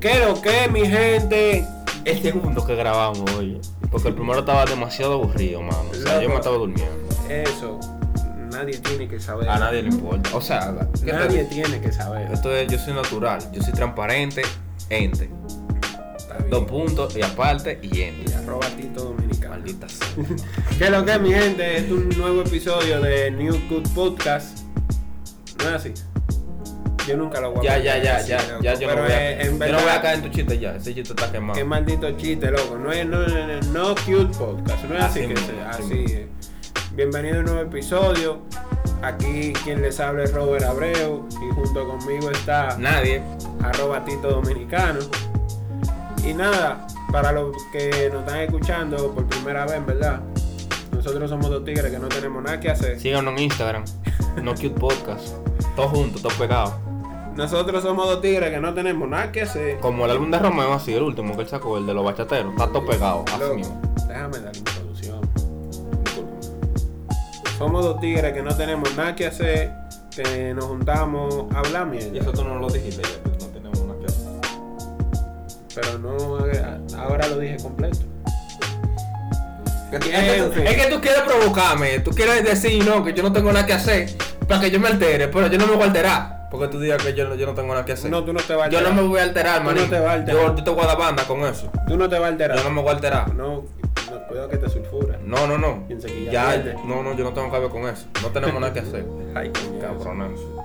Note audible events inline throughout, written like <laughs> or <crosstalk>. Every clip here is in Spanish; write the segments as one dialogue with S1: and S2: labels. S1: ¿Qué lo que, mi gente?
S2: El segundo que grabamos, oye. Porque el primero estaba demasiado aburrido, mano. O sea, yo me estaba durmiendo.
S1: Eso, nadie tiene que saber.
S2: A nadie le importa. O sea, ¿qué te
S1: Nadie
S2: digo?
S1: tiene que saber.
S2: Esto es, yo soy natural, yo soy transparente, ente.
S1: Está bien.
S2: Dos puntos y aparte y ente.
S1: Arroba Tito Dominicano.
S2: Maldita sea.
S1: ¿Qué lo que, mi gente? Este Es un nuevo episodio de New Good Podcast. ¿No es así? Yo nunca lo voy a
S2: Ya,
S1: poner
S2: ya, ya,
S1: así,
S2: ya,
S1: loco.
S2: ya, yo no
S1: Pero
S2: voy
S1: eh,
S2: a,
S1: en
S2: yo
S1: verdad,
S2: no voy a caer en tu chiste ya, ese chiste está quemado.
S1: Qué maldito chiste, loco. No es no, no, no, no cute podcast, no es así,
S2: Así
S1: que
S2: mismo,
S1: se-
S2: así
S1: así.
S2: mismo.
S1: es. Bienvenido a un nuevo episodio. Aquí quien les habla es Robert Abreu y junto conmigo está
S2: Nadie,
S1: arroba Tito Dominicano. Y nada, para los que nos están escuchando por primera vez, ¿verdad? Nosotros somos dos tigres que no tenemos nada que hacer.
S2: síganos en Instagram, no cute podcast. Todos juntos, todos pegados.
S1: Nosotros somos dos tigres que no tenemos nada que hacer.
S2: Como el álbum de Romeo, así, el último que él sacó, el de los bachateros, está todo pegado, así
S1: Loco,
S2: mismo.
S1: Déjame dar la introducción. Somos dos tigres que no tenemos nada que hacer, que nos juntamos a hablar mierda.
S2: tú no lo dijiste ya, pues, no tenemos una que
S1: Pero no, a- ahora lo dije completo.
S2: Es
S1: En
S2: que,
S1: fin.
S2: es que tú quieres provocarme, tú quieres decir no, que yo no tengo nada que hacer para que yo me altere, pero yo no me voy a alterar porque tú digas que yo, no- yo no tengo nada que hacer.
S1: No, tú no te vas a
S2: yo
S1: alterar.
S2: no me voy a alterar,
S1: Tú no
S2: manito.
S1: te vas a alterar.
S2: Yo, yo te voy a dar banda con eso.
S1: Tú no te vas a
S2: Yo
S1: alterar.
S2: no me voy a alterar.
S1: No, no, cuidado que te sulfura.
S2: No, no, no.
S1: Piensa que ya
S2: Ya,
S1: pierde.
S2: no, no, yo no tengo que ver con eso. No tenemos nada
S1: <laughs>
S2: que hacer.
S1: Ay, coño.
S2: Cabronazo.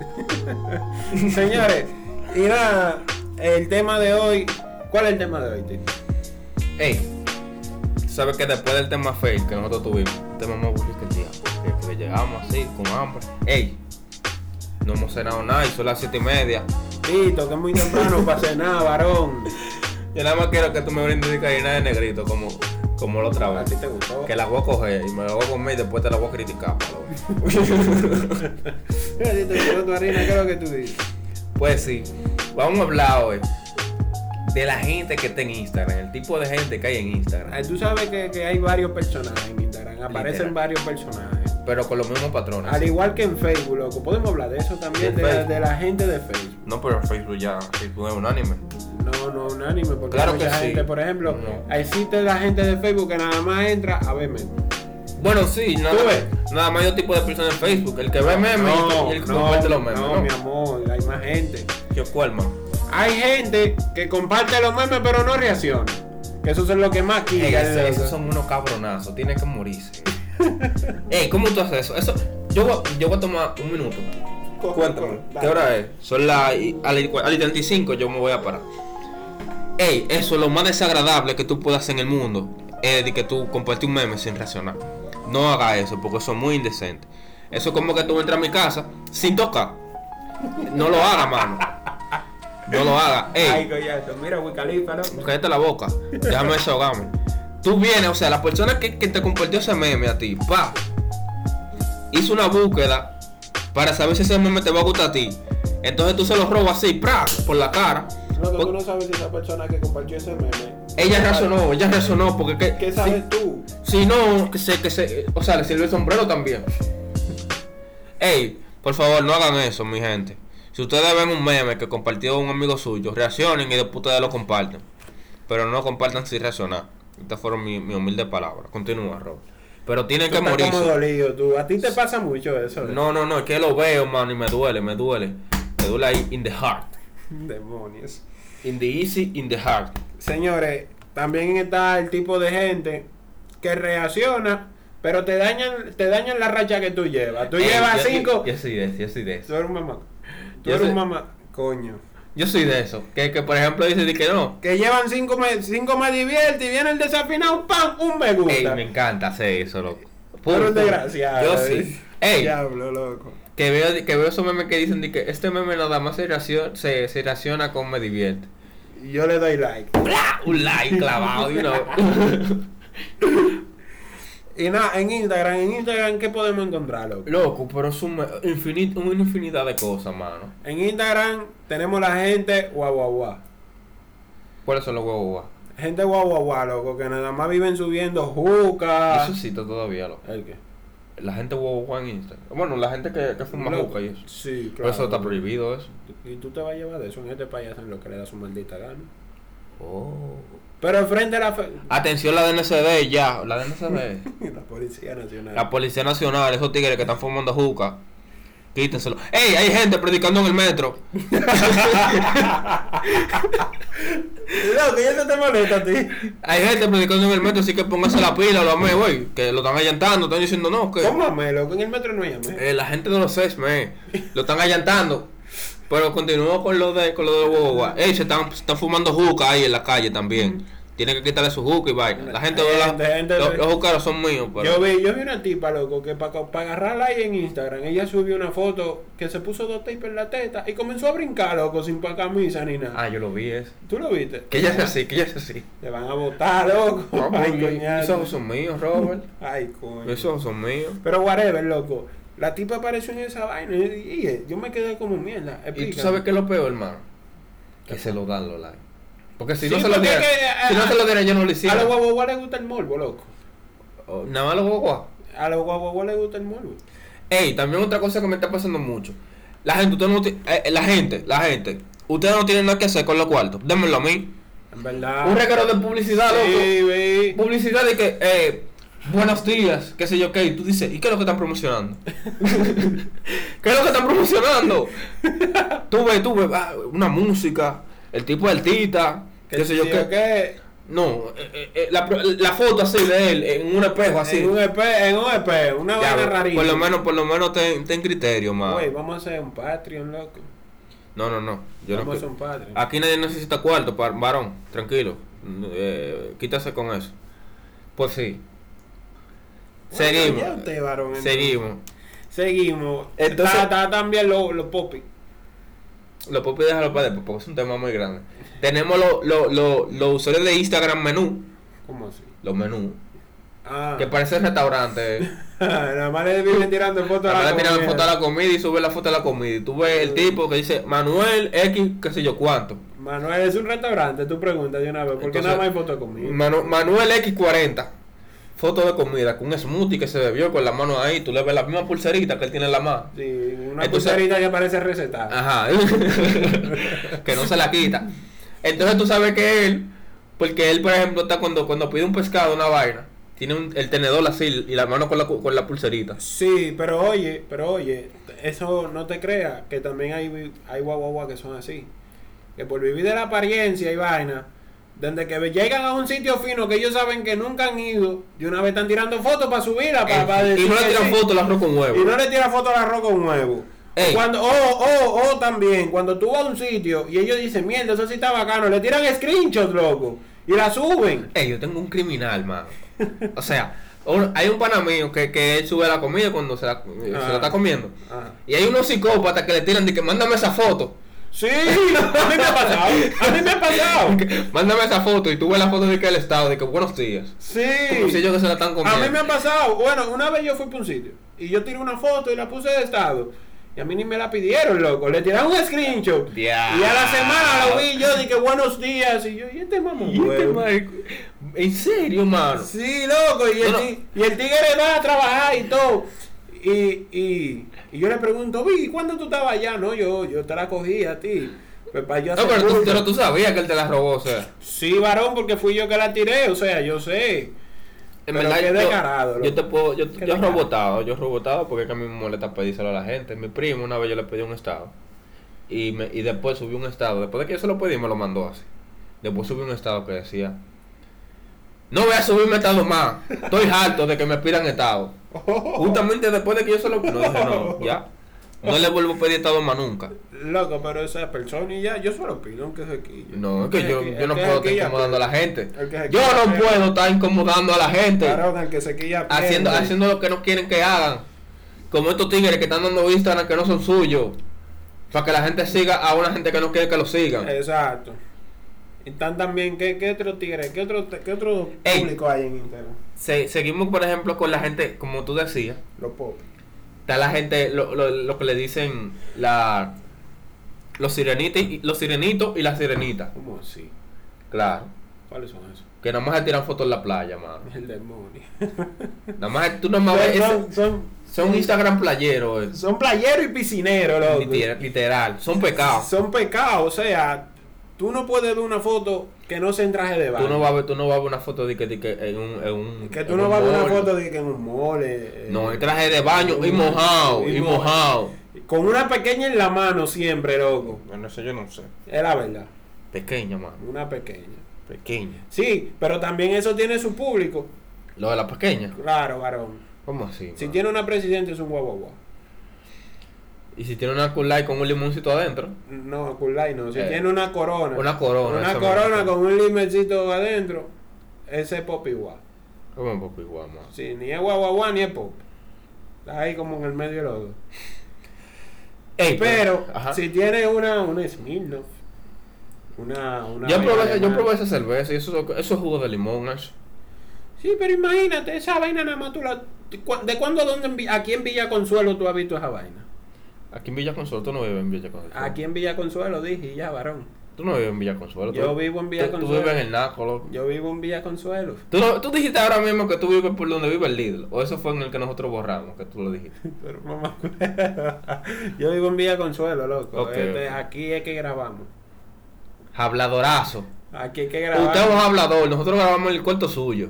S1: <laughs> Señores, y nada, el tema de hoy. ¿Cuál es el tema de hoy, Tito?
S2: Ey, tú sabes que después del tema fail que nosotros tuvimos, el tema más aburrido que el día, porque, porque llegamos así, con hambre. Ey, no hemos cenado nada y son las siete y media.
S1: Tito, que es muy temprano para cenar, varón.
S2: Yo nada más quiero que tú me brindes de carina de negrito, como, como la otra
S1: ¿A ti
S2: vez.
S1: te gustó? <laughs>
S2: Que la voy a coger y me la voy a comer y después te la voy a criticar, palo.
S1: Mira, Tito, yo tu harina, ¿qué es lo que tú dices?
S2: Pues sí, vamos a hablar hoy de la gente que está en Instagram, el tipo de gente que hay en
S1: Ah,
S2: Instagram,
S1: Tú sabes que, que hay varios personajes en Instagram, aparecen
S2: Literal.
S1: varios personajes.
S2: pero con los mismos patrones.
S1: Al igual que en Facebook, loco. Podemos hablar de eso también, de,
S2: De
S1: la-
S2: Facebook.
S1: de la gente de Facebook.
S2: No, pero Facebook ya, Facebook es unánime.
S1: No, no, unánime, porque
S2: Claro
S1: hay
S2: que
S1: mucha
S2: sí.
S1: gente, por ejemplo,
S2: No.
S1: existe la gente de Facebook que nada más entra a ver memes.
S2: Bueno, sí, nada,
S1: ¿Tú ves?
S2: nada más hay dos tipos de personas en Facebook, el que ve memes y el que- y el que comparte los memes.
S1: no,
S2: ¿no?
S1: mi amor, hay más gente.
S2: Yo cuál, man.
S1: Hay gente que comparte los memes pero no reacciona. Que eso es lo que más
S2: Ey,
S1: quita.
S2: ese- esos son unos cabronazos, tiene que morirse. <laughs> Ey, ¿cómo tú haces eso? Eso, yo, voy a- yo voy a tomar un minuto.
S1: Coge,
S2: Cuéntame,
S1: coge, dale.
S2: ¿qué hora es? Son las y- a las cua- a las 35 yo me voy a parar. Ey, eso es lo más desagradable que tú puedas hacer en el mundo. Es de que tú compartes un meme sin reaccionar. No hagas eso, porque eso es muy indecente. Eso es como que tú entras a mi casa sin tocar. No lo hagas, mano. No lo hagas. Ey,
S1: Ay, collazo. Mira, Wicalifa, ¿no?
S2: Cállate la boca. Déjame desahogarme. Tú vienes, o sea, la persona que, que te compartió ese meme a ti, pa, hizo una búsqueda para saber si ese meme te va a gustar a ti. Entonces tú se lo robas así, pra, por la cara.
S1: Lo que tú
S2: Por-
S1: no sabes si esa persona que compartió ese meme.
S2: Pues- Ella razonó, ella razonó, porque que,
S1: ¿Qué sabes tú?
S2: si, si no, que se, que se, o sea, le sirve el sombrero también. Ey, por favor, no hagan eso, mi gente. Si ustedes ven un meme que compartió un amigo suyo, reaccionen y después ustedes lo comparten. Pero no compartan sin reaccionar. Estas fueron mis mi humildes palabras. Continúa, Rob. Pero tienen
S1: Tú
S2: que
S1: estás como
S2: morirse.
S1: dolido, tú. A ti te pasa mucho eso. ¿eh?
S2: No, no, no, es que lo veo, mano, y me duele, me duele. Me duele ahí in the heart.
S1: Demonios.
S2: In the easy, in the heart.
S1: Señores, también está el tipo de gente que reacciona, pero te dañan, te dañan la racha que tú llevas. Tú
S2: Ey,
S1: llevas
S2: yo-
S1: cinco.
S2: Yo, yo soy de ese, yo soy de ese.
S1: Tú eres un mamá. Tú
S2: Yo
S1: eres un
S2: sé.
S1: mamá. Coño.
S2: Yo soy de eso. Que, que por ejemplo dice de que no.
S1: Que llevan cinco me, cinco me divierte y viene el desafinado, ¡pam! Un me
S2: Ey,
S1: gusta.
S2: me encanta hacer eso, loco.
S1: Tú eres un
S2: Punto.
S1: desgraciado.
S2: Yo
S1: ¿eh?
S2: sí. Ey,
S1: Diablo, loco.
S2: Que veo, que veo esos memes que dicen de que este meme nada más se relaciona, se, se relaciona con me divierte.
S1: Y Yo le doy like.
S2: ¡Bla! Un like clavado de una
S1: <laughs> Y nada, en Instagram, en Instagram, ¿qué podemos encontrar, loco?
S2: Loco, pero es un me- infinit- una infinidad de cosas, mano.
S1: En Instagram tenemos la gente guau guau guau.
S2: ¿Cuáles son los huevos? guau?
S1: Gente guau guau guau, loco, que nada más viven subiendo juca.
S2: Eso existe todavía, loco.
S1: ¿El qué?
S2: La gente huevo guau en Instagram. Bueno, la gente que, que fuma
S1: Loco,
S2: juca y eso.
S1: Sí,
S2: Pero
S1: claro.
S2: eso está prohibido, eso.
S1: Y tú te vas a llevar de eso en este país hacen lo que le da su maldita gana.
S2: Oh.
S1: Pero enfrente de la. fe- <laughs>
S2: Atención la DNCD, ya, la DNCD.
S1: la Policía Nacional.
S2: la Policía Nacional, esos tigres que están formando juca. Quítenselo. ¡Ey! Hay gente predicando en el metro.
S1: Loco, ya te te molesta a ti.
S2: <laughs> Hay gente predicando en el metro, así que pónganse la pila, lo amé, güey. Que lo están allantando, están diciendo no, que.
S1: Póngame, loco, en el metro no llamé.
S2: Eh, la gente de los seis, me lo están allantando. Pero continuamos con lo de con lo de Boba. Ey, se están, se están fumando juca ahí en la calle también. Tienen que quitarle su juca y vaina. La gente de la-
S1: Gente, gente,
S2: los,
S1: sí.
S2: los jucaros son míos, pero
S1: Yo vi, yo vi una tipa, loco, que para agarrarla ahí en Instagram, ella subió una foto que se puso dos tapes en la teta y comenzó a brincar, loco, sin pa camisa ni nada.
S2: Ah, yo lo vi eso.
S1: ¿Tú lo viste?
S2: Que ella es así, que ella es así.
S1: Te van a botar,
S2: <laughs>
S1: loco. Ay, coñazo.
S2: Esos ojos son míos, Robert.
S1: Ay, coño.
S2: Esos ojos son míos.
S1: Pero whatever, loco. La tipa apareció en esa vaina y yo dije, yo me quedé como mierda.
S2: Y
S1: Explícame.
S2: tú sabes qué es lo peor, hermano. Que se lo dan los likes. Porque si
S1: Sí,
S2: no se lo
S1: porque
S2: dieran,
S1: es que,
S2: si no
S1: ah,
S2: se lo dieran, yo no lo
S1: A
S2: hiciera.
S1: los guaguaguas les gusta el morbo, loco.
S2: Oh, Nada más los guaguas.
S1: A los guaguaguas les gusta el morbo.
S2: Ey, también otra cosa que me está pasando mucho. La gente, usted no ti- eh, eh, la gente, la gente. Ustedes no tienen nada que hacer con los cuartos. Démelo a mí.
S1: En verdad.
S2: Un recargo de publicidad,
S1: Ah. Sí,
S2: loco.
S1: ve.
S2: Publicidad de que, eh, buenos días, qué sé yo, qué. Y tú dices, ¿y qué es lo que
S1: <laughs>
S2: están promocionando? ¿Qué es lo que están promocionando? tú ves, tú ves, ah, una música, el tipo de artista, qué sé yo,
S1: sí,
S2: qué.
S1: que-
S2: No, eh, eh, eh, la, pro- la foto así de él en un espejo así.
S1: En un EP, en un EP, una
S2: Ya,
S1: Eh, vaina rarita.
S2: por lo menos, ah. por lo menos ten, ten criterio, más.
S1: Güey, vamos a hacer un Patreon, loco.
S2: No, no, no. Yo Ah, no
S1: vamos a hacer
S2: creo-
S1: un Patreon.
S2: Aquí nadie necesita cuarto, par- varón. Tranquilo. Eh, quítase con eso. Pues sí.
S1: Bueno,
S2: Seguimos.
S1: ya usted, varón, entonces.
S2: Seguimos.
S1: Seguimos.
S2: Entonces-
S1: está, está también los los popis.
S2: Lo puedo dejarlo para después porque es un tema muy grande. Tenemos lo- lo- lo- los usuarios de Instagram menú.
S1: ¿Cómo así?
S2: Los menús.
S1: Ah.
S2: Que parece
S1: <laughs>
S2: restaurante. eh.
S1: Nada más le viven tirando fotos
S2: Ahora
S1: comida.
S2: tiran la foto de la comida y sube la foto de la comida. Y tú ves el tipo que dice Manuel X, qué sé yo cuánto.
S1: Manuel, es un restaurante, tú preguntas de una vez, ¿por qué
S2: Entonces,
S1: nada más hay foto de comida?
S2: Manu- Manuel X40. Foto de comida con un smoothie que se bebió con la mano ahí. Tú le ves la misma pulserita que él tiene en la mano.
S1: Sí, una
S2: Entonces-
S1: pulserita que parece recetada.
S2: Ajá. <laughs> que no se la quita. Entonces tú sabes que él, porque él, por ejemplo, está cuando, cuando pide un pescado, una vaina, tiene un- el tenedor así y la mano con la, cu- con la pulserita.
S1: Sí, pero oye, pero oye, eso no te creas, que también hay, vi- hay guaguaguas que son así. Que por vivir de la apariencia y vaina, desde que llegan a un sitio fino que ellos saben que nunca han ido, de una vez están tirando fotos para subirla, para, para
S2: y
S1: decir
S2: no le
S1: que
S2: tiran
S1: sí.
S2: foto, la arroz con huevo.
S1: Y no le tira foto al arroz con huevo.
S2: Ey.
S1: Cuando, o, o, o también, cuando tú vas a un sitio y ellos dicen, mierda, eso sí está bacano, le tiran screenshots, loco, y la suben.
S2: Ey, yo tengo un criminal, mano. O sea, un- hay un pana mío que, que él sube la comida cuando se la, eh, se la
S1: Ah.
S2: está comiendo.
S1: Ajá.
S2: Y hay unos psicópatas que le tiran de que mándame esa foto. <laughs>
S1: Sí, a mí me ha pasado, a mí me ha
S2: <laughs>
S1: pasado.
S2: Mándame esa foto y tú ves la foto de que el estado, de que buenos días. Como si
S1: Sí,
S2: ellos que se la están
S1: a
S2: comiendo.
S1: mí me ha pasado. Bueno, una vez yo fui para un sitio y yo tiré una foto y la puse de estado. Y a mí ni me la pidieron, loco. Le tiraron un screenshot.
S2: Diablo.
S1: Y a la semana lo vi yo, dije buenos días. Y yo, ¿y este mamón?
S2: Y este
S1: huevo?"
S2: marico- <laughs> En serio, mano.
S1: Sí, loco, y el,
S2: No, no.
S1: ti- y el tigre va a trabajar y todo. Y, y, y yo le pregunto, vi, ¿cuándo tú estabas allá? No, yo, yo te la cogí a ti. Pues para yo
S2: No,
S1: hacer
S2: pero tú,
S1: bulto.
S2: pero tú sabías que él te la robó, o sea.
S1: Sí, varón, porque fui yo que la tiré, o sea, yo sé.
S2: En
S1: Pero
S2: verdad,
S1: qué
S2: yo,
S1: descarado,
S2: yo
S1: loco.
S2: te puedo, yo, yo he
S1: descarado.
S2: robotado, yo he robotado porque es que a mí me molesta pedírselo a la gente. Mi primo una vez yo le pedí un estado y, me, y después subí un estado. Después de que yo se lo pedí, me lo mandó así. Después subí un estado que decía: No voy a subirme estado más, <laughs> estoy harto de que me pidan estado. Oh. Justamente después de que yo <laughs> se lo no, dije, no, ya. No le vuelvo a pedir estado más nunca.
S1: Loco, pero esa persona y ya, yo solo pido aunque se quille.
S2: No, es que yo,
S1: El
S2: yo no
S1: el
S2: puedo
S1: se
S2: estar
S1: quilla,
S2: incomodando a la gente.
S1: pues. El que se
S2: Yo
S1: quilla,
S2: no
S1: pero-
S2: puedo estar incomodando a la gente.
S1: Varón, pues. el que se quilla. aprende.
S2: haciendo, haciendo lo que no quieren que hagan. Como estos tigres que están dando Instagram que no son suyos. Para que la gente siga a una gente que no quiere que lo sigan.
S1: Eh. Exacto. Y están también, ¿qué, qué otro tigre? ¿Qué otro, qué otro
S2: Ey.
S1: público hay en Instagram?
S2: Se- seguimos, por ejemplo, con la gente, como tú decías.
S1: Los pop.
S2: Está la gente, lo, lo- lo que le dicen la, los, sirenitos y, los sirenitos y las sirenitas.
S1: ¿Cómo así?
S2: Claro.
S1: ¿Cuáles son esos?
S2: Que nada más se tiran fotos en la playa, mano.
S1: El demonio.
S2: Nada más, tú nada más ves. ese-
S1: son, son,
S2: Son Instagram playeros. eh.
S1: son playero y piscinero, loco.
S2: Literal, literal, son pecados.
S1: Son pecados, o sea, Tú no puedes ver una foto que no sea en traje de
S2: Tú
S1: baño.
S2: no vas a ver, tú no vas a ver una foto de que, de que en un. en un-
S1: que tú
S2: en
S1: no
S2: un
S1: vas a ver una
S2: mall.
S1: foto de que en un mole. eh.
S2: No, el traje de baño y mojado, y mojado.
S1: Con una pequeña en la mano siempre, loco.
S2: Bueno, eso yo no sé.
S1: Es la verdad.
S2: Pequeña, mano.
S1: Una pequeña.
S2: Pequeña.
S1: Sí, pero también eso tiene su público.
S2: Lo de la pequeña.
S1: Claro, varón.
S2: ¿Cómo así?
S1: Si
S2: mano?
S1: tiene una presidenta es un guau guau, guau.
S2: Y si tiene una cool light con un limoncito adentro.
S1: No, Kulai no. Si
S2: Eh,
S1: tiene una corona.
S2: una corona,
S1: Una
S2: esa
S1: corona
S2: misma.
S1: con un limercito adentro. Ese es pop igual.
S2: Como un poco igual, mano.
S1: Sí, ni es guau guau, guau, ni es pop. Está ahí como en el medio de los dos.
S2: Ey,
S1: <laughs> Pero,
S2: ajá.
S1: si tiene una, una Smirnoff. Una, una
S2: yo,
S1: vaina
S2: probé, esa- yo
S1: alemana.
S2: probé esa cerveza y eso, eso es jugo de limón, eso.
S1: Sí, pero imagínate, esa vaina nada más tú la... ¿cu- ¿De cuándo, a dónde, en Vi- aquí en Villa Consuelo tú has visto esa vaina?
S2: Aquí en Villa Consuelo, tú no vives en Villa Consuelo.
S1: Aquí en Villa Consuelo dije, y ya, varón.
S2: Tú no vives en Villa Consuelo. tú-
S1: Yo vivo en Villa
S2: tú-
S1: Consuelo.
S2: Tú vives en el Naco, loco.
S1: Yo vivo en Villa Consuelo.
S2: Tú, no- tú dijiste ahora mismo que tú vives por donde vive el Lidl. O eso fue en el que nosotros borramos, que tú lo dijiste.
S1: <laughs> Pero mamá, <laughs> yo vivo en Villa Consuelo, loco.
S2: Ok,
S1: Este,
S2: ok.
S1: Aquí es que grabamos.
S2: Habladorazo.
S1: Aquí es que grabamos.
S2: Usted es un hablador, nosotros grabamos en el cuarto suyo.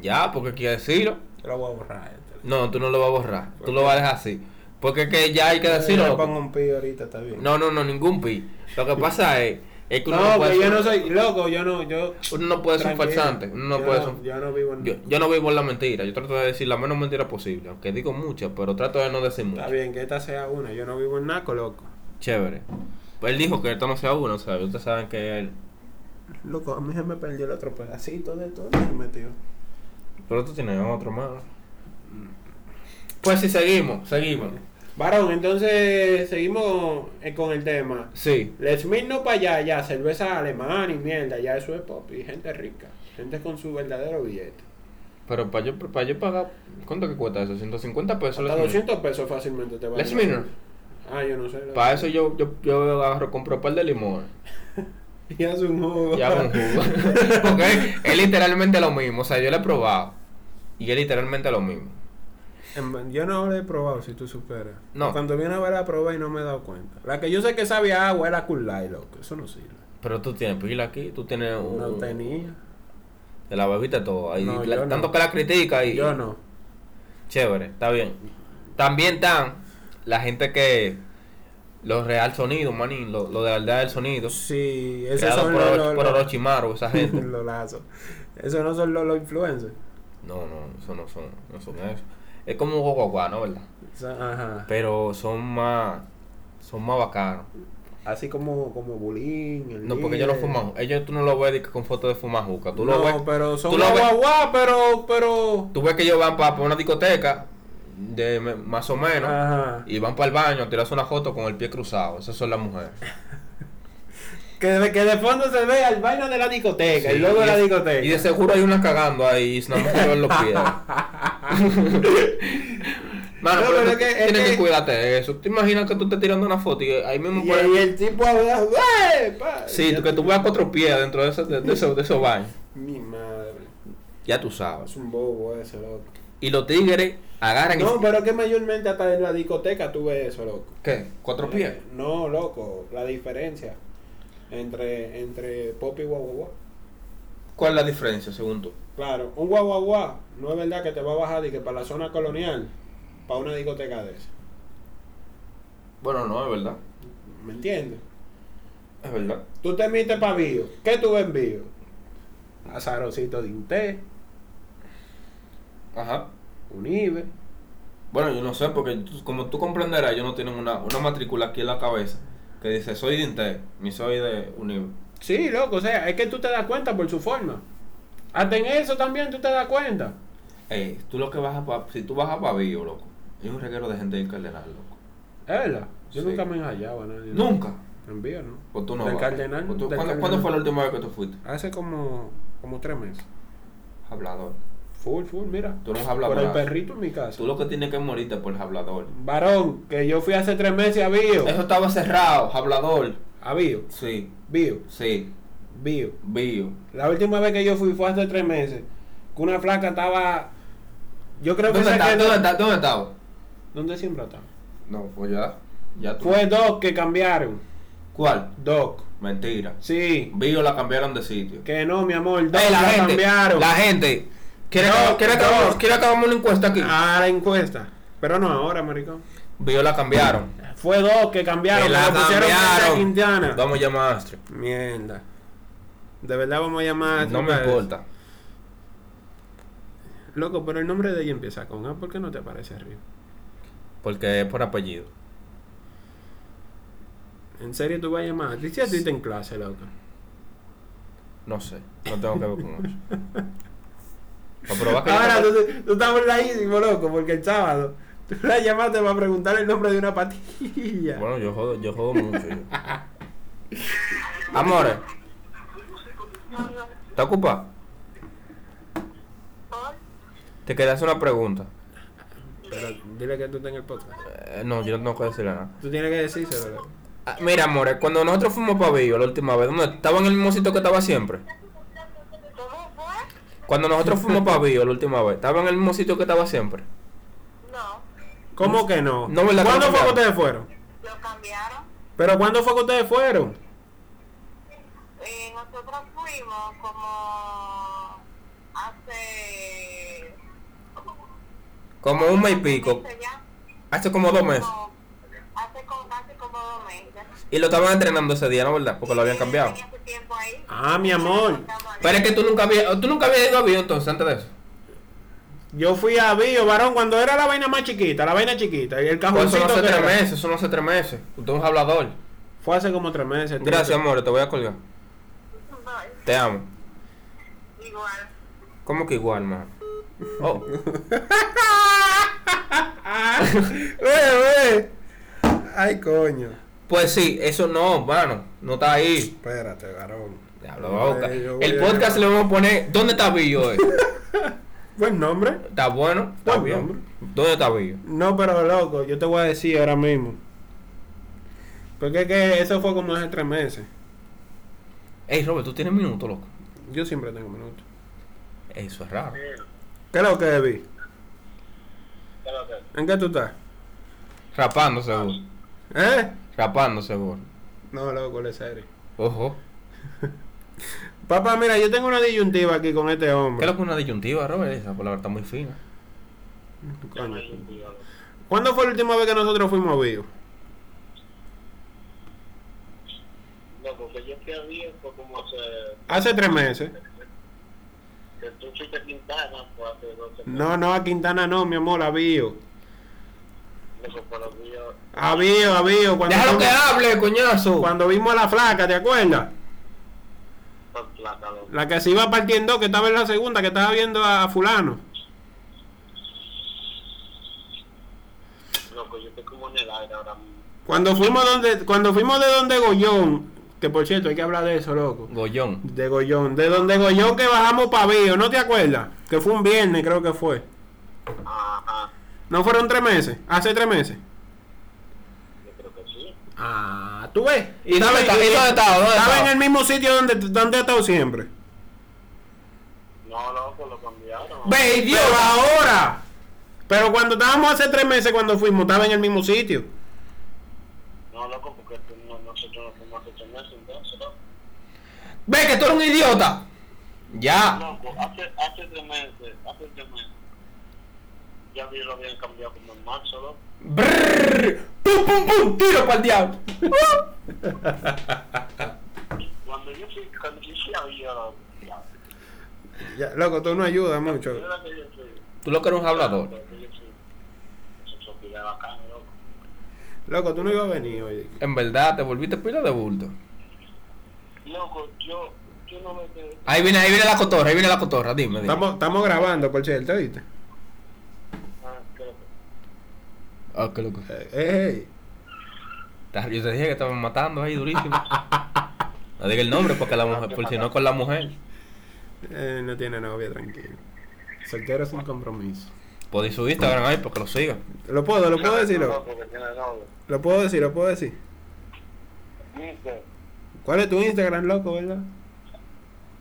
S2: Ya, porque quiere decirlo.
S1: Yo lo voy a borrar. este.
S2: No, tú no lo vas a borrar. Tú lo vas a dejar así. Porque es que ya hay que
S1: Yo
S2: decirlo.
S1: le
S2: loco.
S1: pongo un pío ahorita, está bien.
S2: No, no, no, ningún pi. Lo que pasa es, es que uno no,
S1: No,
S2: puede
S1: que yo
S2: ser,
S1: no soy loco, yo no, yo.
S2: uno no puede ser un
S1: tranquilo.
S2: falsante. Uno no
S1: Yo
S2: puede
S1: no-
S2: ser un-
S1: Yo no vivo en.
S2: Yo, yo no vivo en la mentira. Yo trato de decir la menos mentira posible. Aunque digo muchas, pero trato de no decir
S1: Está
S2: muchas.
S1: bien, que esta sea una. Yo no vivo en Naco, loco.
S2: Chévere. Pues él dijo que esto no sea uno, o sea, ustedes saben que él.
S1: Loco, a mí se me perdió el otro pedacito de todo lo que metió.
S2: Pero tú tienes otro más. Pues sí, seguimos, seguimos.
S1: Varón, entonces seguimos eh, con el tema.
S2: Sí.
S1: Les no para allá, ya, cerveza alemana y mierda, ya eso es pop y gente rica, gente con su verdadero billete.
S2: Pero para yo, para yo pagar, ¿cuánto que cuesta eso? 150 pesos.
S1: Hasta
S2: Les Milner?
S1: 200 pesos fácilmente te va
S2: Les Milner.
S1: Ah, yo no sé. lo- <laughs>
S2: Para eso yo, yo, yo agarro, compro un par de limones.
S1: Y hace un jugo.
S2: Ya con
S1: <laughs>
S2: jugo. Porque es literalmente lo mismo. O sea, yo lo he probado. Y es literalmente lo mismo.
S1: En verdad, Yo no la he probado, si tú superas.
S2: No.
S1: Cuando vine a ver la probé y no me he dado cuenta. La que yo sé que sabía a agua era Cool Light, loco. Eso no sirve.
S2: Pero tú tienes pila aquí, tú tienes un,
S1: No tenía.
S2: Te la bebiste todo. ahí.
S1: No,
S2: La-
S1: yo no.
S2: tanto que la critica y.
S1: Yo no.
S2: Chévere, está bien. También están la gente que. Los real sonidos, manín. Lo, lo de la aldea del sonido.
S1: Sí, esos
S2: Creado
S1: son
S2: por,
S1: los,
S2: Oro-
S1: los,
S2: por
S1: los-
S2: Orochimaru,
S1: <laughs>
S2: esa gente.
S1: los lazos. Esos no son los, los influencers.
S2: no, no, eso no son, no son eso. Es como un guaguaguá, ¿no? ¿Verdad?
S1: Son- ajá.
S2: Pero son más. Son más bacanos.
S1: Así como, como Bulín. el
S2: No, porque ellos no
S1: líder.
S2: fuman. Ellos tú no lo ves de que con fotos de fumajuca. Tú lo
S1: no,
S2: ves.
S1: pero son
S2: tú lo ves-
S1: guau, guau, pero, pero.
S2: Tú ves que ellos van para una discoteca, de me- más o menos,
S1: Ajá.
S2: y van para el baño a tirarse una foto con el pie cruzado. Esas son
S1: <laughs>
S2: las mujeres.
S1: Que de, que de fondo se ve al vaina de la discoteca y
S2: Sí,
S1: luego de la
S2: es-
S1: discoteca.
S2: Y de seguro hay una cagando ahí y nada más se
S1: <laughs>
S2: ven los pies. Mano,
S1: No,
S2: pero,
S1: pero
S2: tú
S1: es que- es
S2: tienes que,
S1: que-
S2: cuidarte de eso. ¿Te imaginas que tú estés tirando una foto y ahí mismo
S1: Y,
S2: por
S1: y el tipo habla, "Güey, pa".
S2: Sí, tú- que tú veas cuatro pies dentro de esos, de, de esos, de esos baños.
S1: Mi madre.
S2: Ya tú sabes.
S1: Es un bobo ese, loco.
S2: Y los tigres agarran
S1: No,
S2: y...
S1: pero que mayormente hasta en la discoteca tú ves eso, loco.
S2: ¿Qué? ¿Cuatro pies?
S1: Eh, no, loco. La diferencia entre, entre pop y guau, guau, guau.
S2: ¿Cuál es la diferencia, según tú?
S1: Claro, un guau, guau, guau, no es verdad que te va a bajar y que para la zona colonial, para una discoteca de esa.
S2: Bueno, no, es verdad.
S1: ¿Me entiendes?
S2: Es verdad.
S1: Tú te emites para Bío. ¿Qué tú ves en Bío? Azarocito de Inte,
S2: Ajá.
S1: Unive.
S2: Bueno, yo no sé, porque tú- como tú comprenderás, ellos no tienen una, una matrícula aquí en la cabeza que dice soy de Intel, ni soy de Univ.
S1: Sí, loco, o sea, es que tú te das cuenta por su forma. Hasta en eso también tú te das cuenta.
S2: Ey, Eh, tú lo que vas a pa- si tú vas a Pavillo, loco, hay un reguero de gente del Cardenal, loco.
S1: Es verdad. Yo
S2: Sí.
S1: nunca me he hallado a nadie.
S2: Nunca.
S1: En Bío, ¿no?
S2: O tú no
S1: Del
S2: vas.
S1: Cardenal,
S2: O tú-
S1: del
S2: ¿cuándo,
S1: Cardenal.
S2: cuándo fue la última vez que tú fuiste?
S1: Hace como, como tres meses.
S2: Hablador.
S1: Full, full, mira.
S2: Tú eres un
S1: Por el
S2: hablador.
S1: perrito en mi casa.
S2: Tú lo que tienes que morirte por el hablador.
S1: Varón, que yo fui hace tres meses a Bío.
S2: Eso estaba cerrado, hablador.
S1: A Bío,
S2: Sí,
S1: Bío,
S2: sí,
S1: Bío.
S2: Bio.
S1: La última vez que yo fui fue hace tres meses. Que una flaca estaba. Yo creo que
S2: ¿Dónde
S1: se
S2: está?
S1: quedó-
S2: ¿Dónde está? ¿Dónde estaba?
S1: ¿Dónde siempre está?
S2: No, pues ya. ya tú.
S1: Fue dos que cambiaron.
S2: ¿Cuál?
S1: Dos.
S2: Mentira.
S1: Sí.
S2: Vivo la cambiaron de sitio.
S1: Que no, mi amor.
S2: Ey, la,
S1: la
S2: gente,
S1: cambiaron.
S2: la gente. ¿Quiere,
S1: No,
S2: acabar- quiere,
S1: no.
S2: acabamos, quiere acabamos una encuesta aquí?
S1: Ah, la encuesta. Pero no ahora, maricón.
S2: Vio la cambiaron.
S1: Fue dos que cambiaron.
S2: Que
S1: que
S2: la
S1: lo pusieron frente a
S2: cambiaron.
S1: Quintana.
S2: Vamos a llamar a Astro.
S1: Mierda. De verdad vamos a llamar. a
S2: No me
S1: Triple S.
S2: importa.
S1: Loco, pero el nombre de ella empieza con A. ¿Por qué no te aparece arriba?
S2: Porque es por apellido.
S1: ¿En serio tú vas a llamar? Dice a ti te en clase, loco.
S2: No sé. No tengo que ver
S1: <laughs>
S2: con eso. Pues, Pero probar que yo
S1: Ahora
S2: tengo-
S1: tú, tú estás burladísimo, loco, porque el sábado tú la llamaste para preguntar el nombre de una patilla.
S2: Bueno, yo jodo, yo jodo mucho. yo. Amores. ¿Te ocupa? Te quería hacer una pregunta.
S1: Pero dile que tú tengas el podcast.
S2: Eh, no, yo no tengo que decirle nada.
S1: Tú tienes que decírselo, loco.
S2: Ah, Mira, amores, cuando nosotros fuimos para Bello la última vez, ¿dónde estaba en el mismo sitio que estaba siempre?
S3: ¿Cómo fue?
S2: Cuando nosotros fuimos para Bello la última vez, ¿estaba en el mismo sitio que estaba siempre?
S3: No,
S1: ¿Cómo que no?
S2: No, ¿verdad?
S1: ¿Cuándo
S2: ¿Cómo
S1: fue que
S2: cambiaron?
S1: ustedes fueron?
S3: lo cambiaron.
S1: ¿Pero cuándo fue que ustedes fueron?
S3: Eh, nosotros fuimos como hace...
S2: Como un mes y pico, Pues.
S3: meses ya,
S2: hace como dos meses.
S3: como- Hace como, casi como dos meses.
S2: Y lo estaban entrenando ese día, ¿no verdad? Porque Pues lo habían
S3: Y
S2: cambiado.
S3: tenía su tiempo ahí.
S1: Ah, mi amor.
S2: Pero es que tú nunca habías, tú nunca habías ido a Bello entonces, antes de eso.
S1: Yo fui a Bio, varón, cuando era la vaina más chiquita, la vaina chiquita. Y el
S2: Pues eso no
S1: cajoncito
S2: hace
S1: que
S2: tres
S1: era.
S2: meses, eso no hace tres meses. Usted es un hablador.
S1: Fue hace como tres meses. tío.
S2: Gracias, amor, te voy a colgar.
S3: Bye.
S2: Te amo.
S3: Igual.
S2: ¿Cómo que igual, man? Oh,
S1: Ah.
S2: <laughs>
S1: <laughs> Ve, ve. Ay, coño.
S2: pues sí, eso no, mano, no está ahí.
S1: Espérate, varón.
S2: Diablo, boca.
S1: Ay, yo voy
S2: El
S1: a
S2: podcast le
S1: llamar.
S2: vamos a poner. ¿Dónde está
S1: <laughs>
S2: Billo? hoy?
S1: Buen nombre.
S2: ¿Está bueno? ¿Está
S1: Buen
S2: bien?
S1: nombre.
S2: ¿Dónde está Billo?
S1: No, pero loco, yo te voy a decir ahora mismo. Porque es que eso fue como hace tres meses.
S2: Ey, Robert, tú tienes minuto, loco.
S1: Yo siempre tengo minutos.
S2: Eso es raro.
S1: ¿Qué es lo que vi? ¿En qué tú estás?
S2: Rapando, seguro.
S1: ¿Eh?
S2: Rapando, seguro.
S1: No, loco, le serio.
S2: Ojo.
S1: Papá, mira, yo tengo una disyuntiva aquí con este
S2: ¿Qué
S1: hombre.
S2: es lo que es una disyuntiva, Robert? Esa palabra está muy fina.
S1: Coño. ¿Cuándo fue la última vez que nosotros fuimos a Vivo?
S4: No, porque yo fui a Río fue como hace...
S1: Hace tres meses.
S4: Que tú fuiste a Quintana fue hace 12
S1: No, no, a Quintana no, mi amor, a Vivo.
S4: meses. Por los días...
S1: A Vivo, a Vivo. Cuando,
S2: Déjalo que
S1: vimos-
S2: hable, coñazo.
S1: cuando vimos a la flaca, ¿te acuerdas?
S4: Por plata, loco.
S1: La que se iba partiendo, que estaba en la segunda, que estaba viendo a fulano.
S4: Loco, yo estoy como en el aire ahora mismo.
S1: Cuando fuimos donde, cuando fuimos de donde Gollón, que por cierto hay que hablar de eso, loco.
S2: Gollón.
S1: De Gollón, de donde Gollón que bajamos para Vío, ¿no te acuerdas? Que fue un viernes, creo que fue.
S4: Ajá,
S1: ¿No fueron tres meses? ¿Hace tres meses?
S4: yo creo que sí.
S1: Ah, ¿tú ves?
S2: ¿Y dónde está? ¿Y dónde está? ¿Dónde
S1: Estaba en
S2: está?
S1: el mismo sitio donde, donde he estado siempre.
S4: No, loco, lo cambiaron.
S2: Ve,
S1: Pero
S2: idiota.
S1: ahora. Pero cuando estábamos hace tres meses cuando fuimos, estaba en el mismo sitio.
S4: No, loco, porque tú, no, nosotros no fuimos hace 8 meses, entonces, loco.
S2: Ve que tú eres un idiota. Ya.
S4: Loco, hace, hace 3 meses, hace 3 meses. Ya vi lo habían cambiado como en marzo, loco.
S2: Brrr. Pum, pum, pum. Tiro para el diablo.
S4: Cuando yo fui, cuando yo fui a Río, loco. ya.
S1: Ya, loco, tú no ayudas mucho.
S4: Yo era que yo fui.
S2: Tú lo que eres un hablador.
S4: Loco, yo fui. Eso se olvida bacano, loco.
S1: Loco, tú no ibas a venir hoy.
S2: En verdad, te volviste pila de bulto.
S4: Loco, yo, yo no me quedé.
S2: Ahí viene, ahí viene la cotorra, ahí viene la cotorra, dime. dime.
S1: Estamos, estamos grabando, por cierto, ¿viste?
S4: Ah, creo que-
S2: Ah, qué loco.
S1: Eh, eh, eh.
S2: Ta- Yo te dije que estaban matando ahí durísimo. No diga el nombre porque la mujer, por si no con la mujer.
S1: Eh, no tiene novia, tranquilo. Soltero sin compromiso.
S2: Podéis su Instagram ahí porque lo sigan.
S1: Lo puedo, lo puedo decir,
S4: No,
S1: loco.
S4: porque tiene novio.
S1: Lo puedo decir, lo puedo decir.
S4: Dice,
S1: ¿Cuál es tu Instagram, loco, verdad?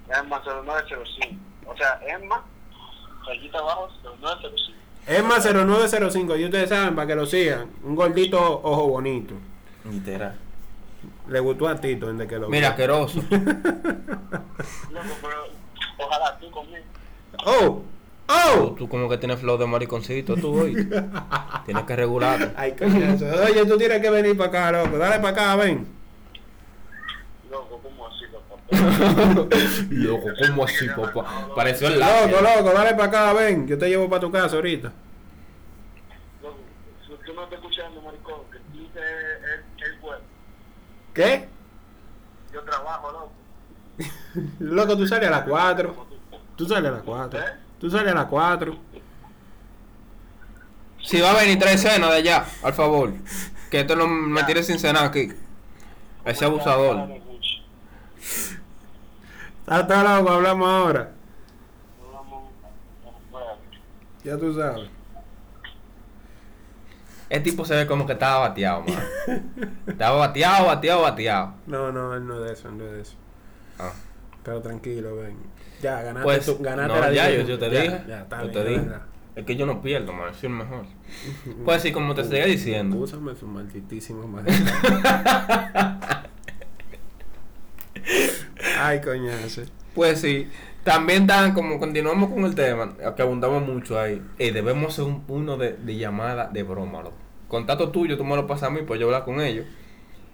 S4: Emma 0905. O sea, Emma, rayita abajo, 0905.
S1: Emma 0905, y ustedes saben, para que lo sigan. Un gordito ojo bonito.
S2: Literal.
S1: Le gustó a Tito desde que lo
S2: Mira,
S1: vio.
S2: asqueroso.
S4: Loco, pero ojalá tú conmigo.
S1: ¡Oh!
S2: Tú,
S1: ¡Oh!
S2: tú como que tienes flow de mariconcito, tú hoy. Tienes que regular.
S1: Ay, coñazo. Oye, tú tienes que venir para acá, loco. Dale para acá, ven.
S4: Loco, ¿cómo así, loco?
S2: Loco, ¿cómo así, papá? Pareció el
S1: Loco,
S2: lado.
S1: loco, dale para acá, ven. Yo te llevo para tu casa ahorita.
S4: Loco, si tú no estás escuchando, maricón, que tú dices el, el web.
S1: ¿Qué?
S4: Yo trabajo, loco.
S1: Loco, tú sales a las 4.
S4: Como tú.
S1: Tú sales a las 4. Tú sales a las 4.
S2: Si va a venir tres cenas de allá, al favor. Que esto no me tire sin cenar aquí. Ese abusador.
S1: Hasta loco, hablamos ahora.
S4: Vamos, vamos,
S1: Ya tú sabes.
S2: El tipo se ve como que estaba bateado, man. Estaba bateado, bateado, bateado.
S1: No, no, él no es de eso, él no es de eso.
S2: Ah.
S1: Pero tranquilo, ven. Ya, ganaste,
S2: Pues,
S1: tu- ganaste
S2: no,
S1: la
S2: ya, yo,
S1: discusión.
S2: yo te
S1: Ya,
S2: dije.
S1: Ya, está
S2: yo
S1: bien,
S2: te
S1: es
S2: dije.
S1: verdad.
S2: Es que yo no pierdo, man. Soy el mejor. Pues sí, como te seguía diciendo.
S1: Úsame su malditísima
S2: <laughs>
S1: madre. Ay, coñazo.
S2: Pues sí, también dan, como continuamos con el tema, que abundamos mucho ahí, eh, debemos hacer un- uno de, de llamada de broma, loco. Contacto tuyo, tú me lo pasas a mí, pues yo hablar con ellos.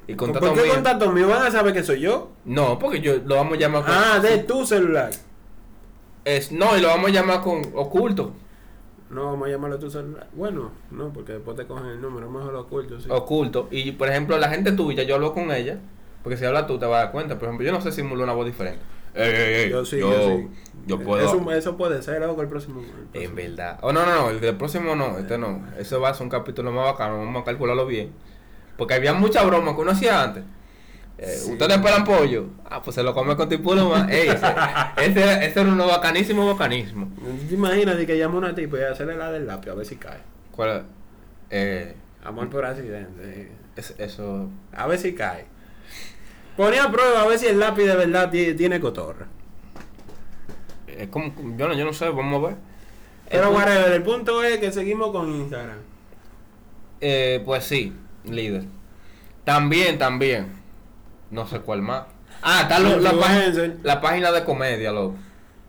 S2: Y
S1: ¿Por
S2: contacto
S1: qué
S2: mío-
S1: contacto mío? ¿Van a saber que soy yo?
S2: No, porque yo lo vamos a llamar con...
S1: Ah, de tu celular.
S2: es, no, y lo vamos a llamar con oculto.
S1: No, vamos a llamarlo a tu celular. Bueno, no, porque después te cogen el número, mejor lo oculto, sí.
S2: Oculto. Y por ejemplo, la gente tuya, yo hablo con ella, porque si hablas tú te vas a dar cuenta. Por ejemplo, yo no sé simular una voz diferente. Ey, ey, ey,
S1: Yo sí, yo,
S2: yo,
S1: sí.
S2: yo
S1: Eh,
S2: puedo.
S1: Eso, eso puede ser algo el próximo. el
S2: En
S1: próximo.
S2: verdad. Oh, no, no, no, el del próximo no, este no. Eso va a ser un capítulo más bacano, vamos a calcularlo bien. Porque había mucha broma que uno hacía antes. Eh,
S1: Sí.
S2: ¿Ustedes pelan pollo? Ah, pues se lo come con tipulo
S1: <laughs>
S2: más. Ey, ese, ese- ese era uno bacanísimo, bacanísimo.
S1: ¿Te imaginas de que llama una tipa y hacerle la del lápiz a ver si cae?
S2: ¿Cuál? Eh,
S1: Amor por accidente. sí.
S2: es- eso.
S1: A ver si cae. Ponía a prueba a ver si el lápiz de verdad ti- tiene cotorra.
S2: Es como, yo, no, yo no sé, vamos a ver.
S1: Pero
S2: Entonces,
S1: whatever, el punto es que seguimos con Instagram.
S2: eh, pues sí, líder. También, también. No sé cuál más. Ah, está lo- la,
S1: Influencer.
S2: página, la página de comedia, loco.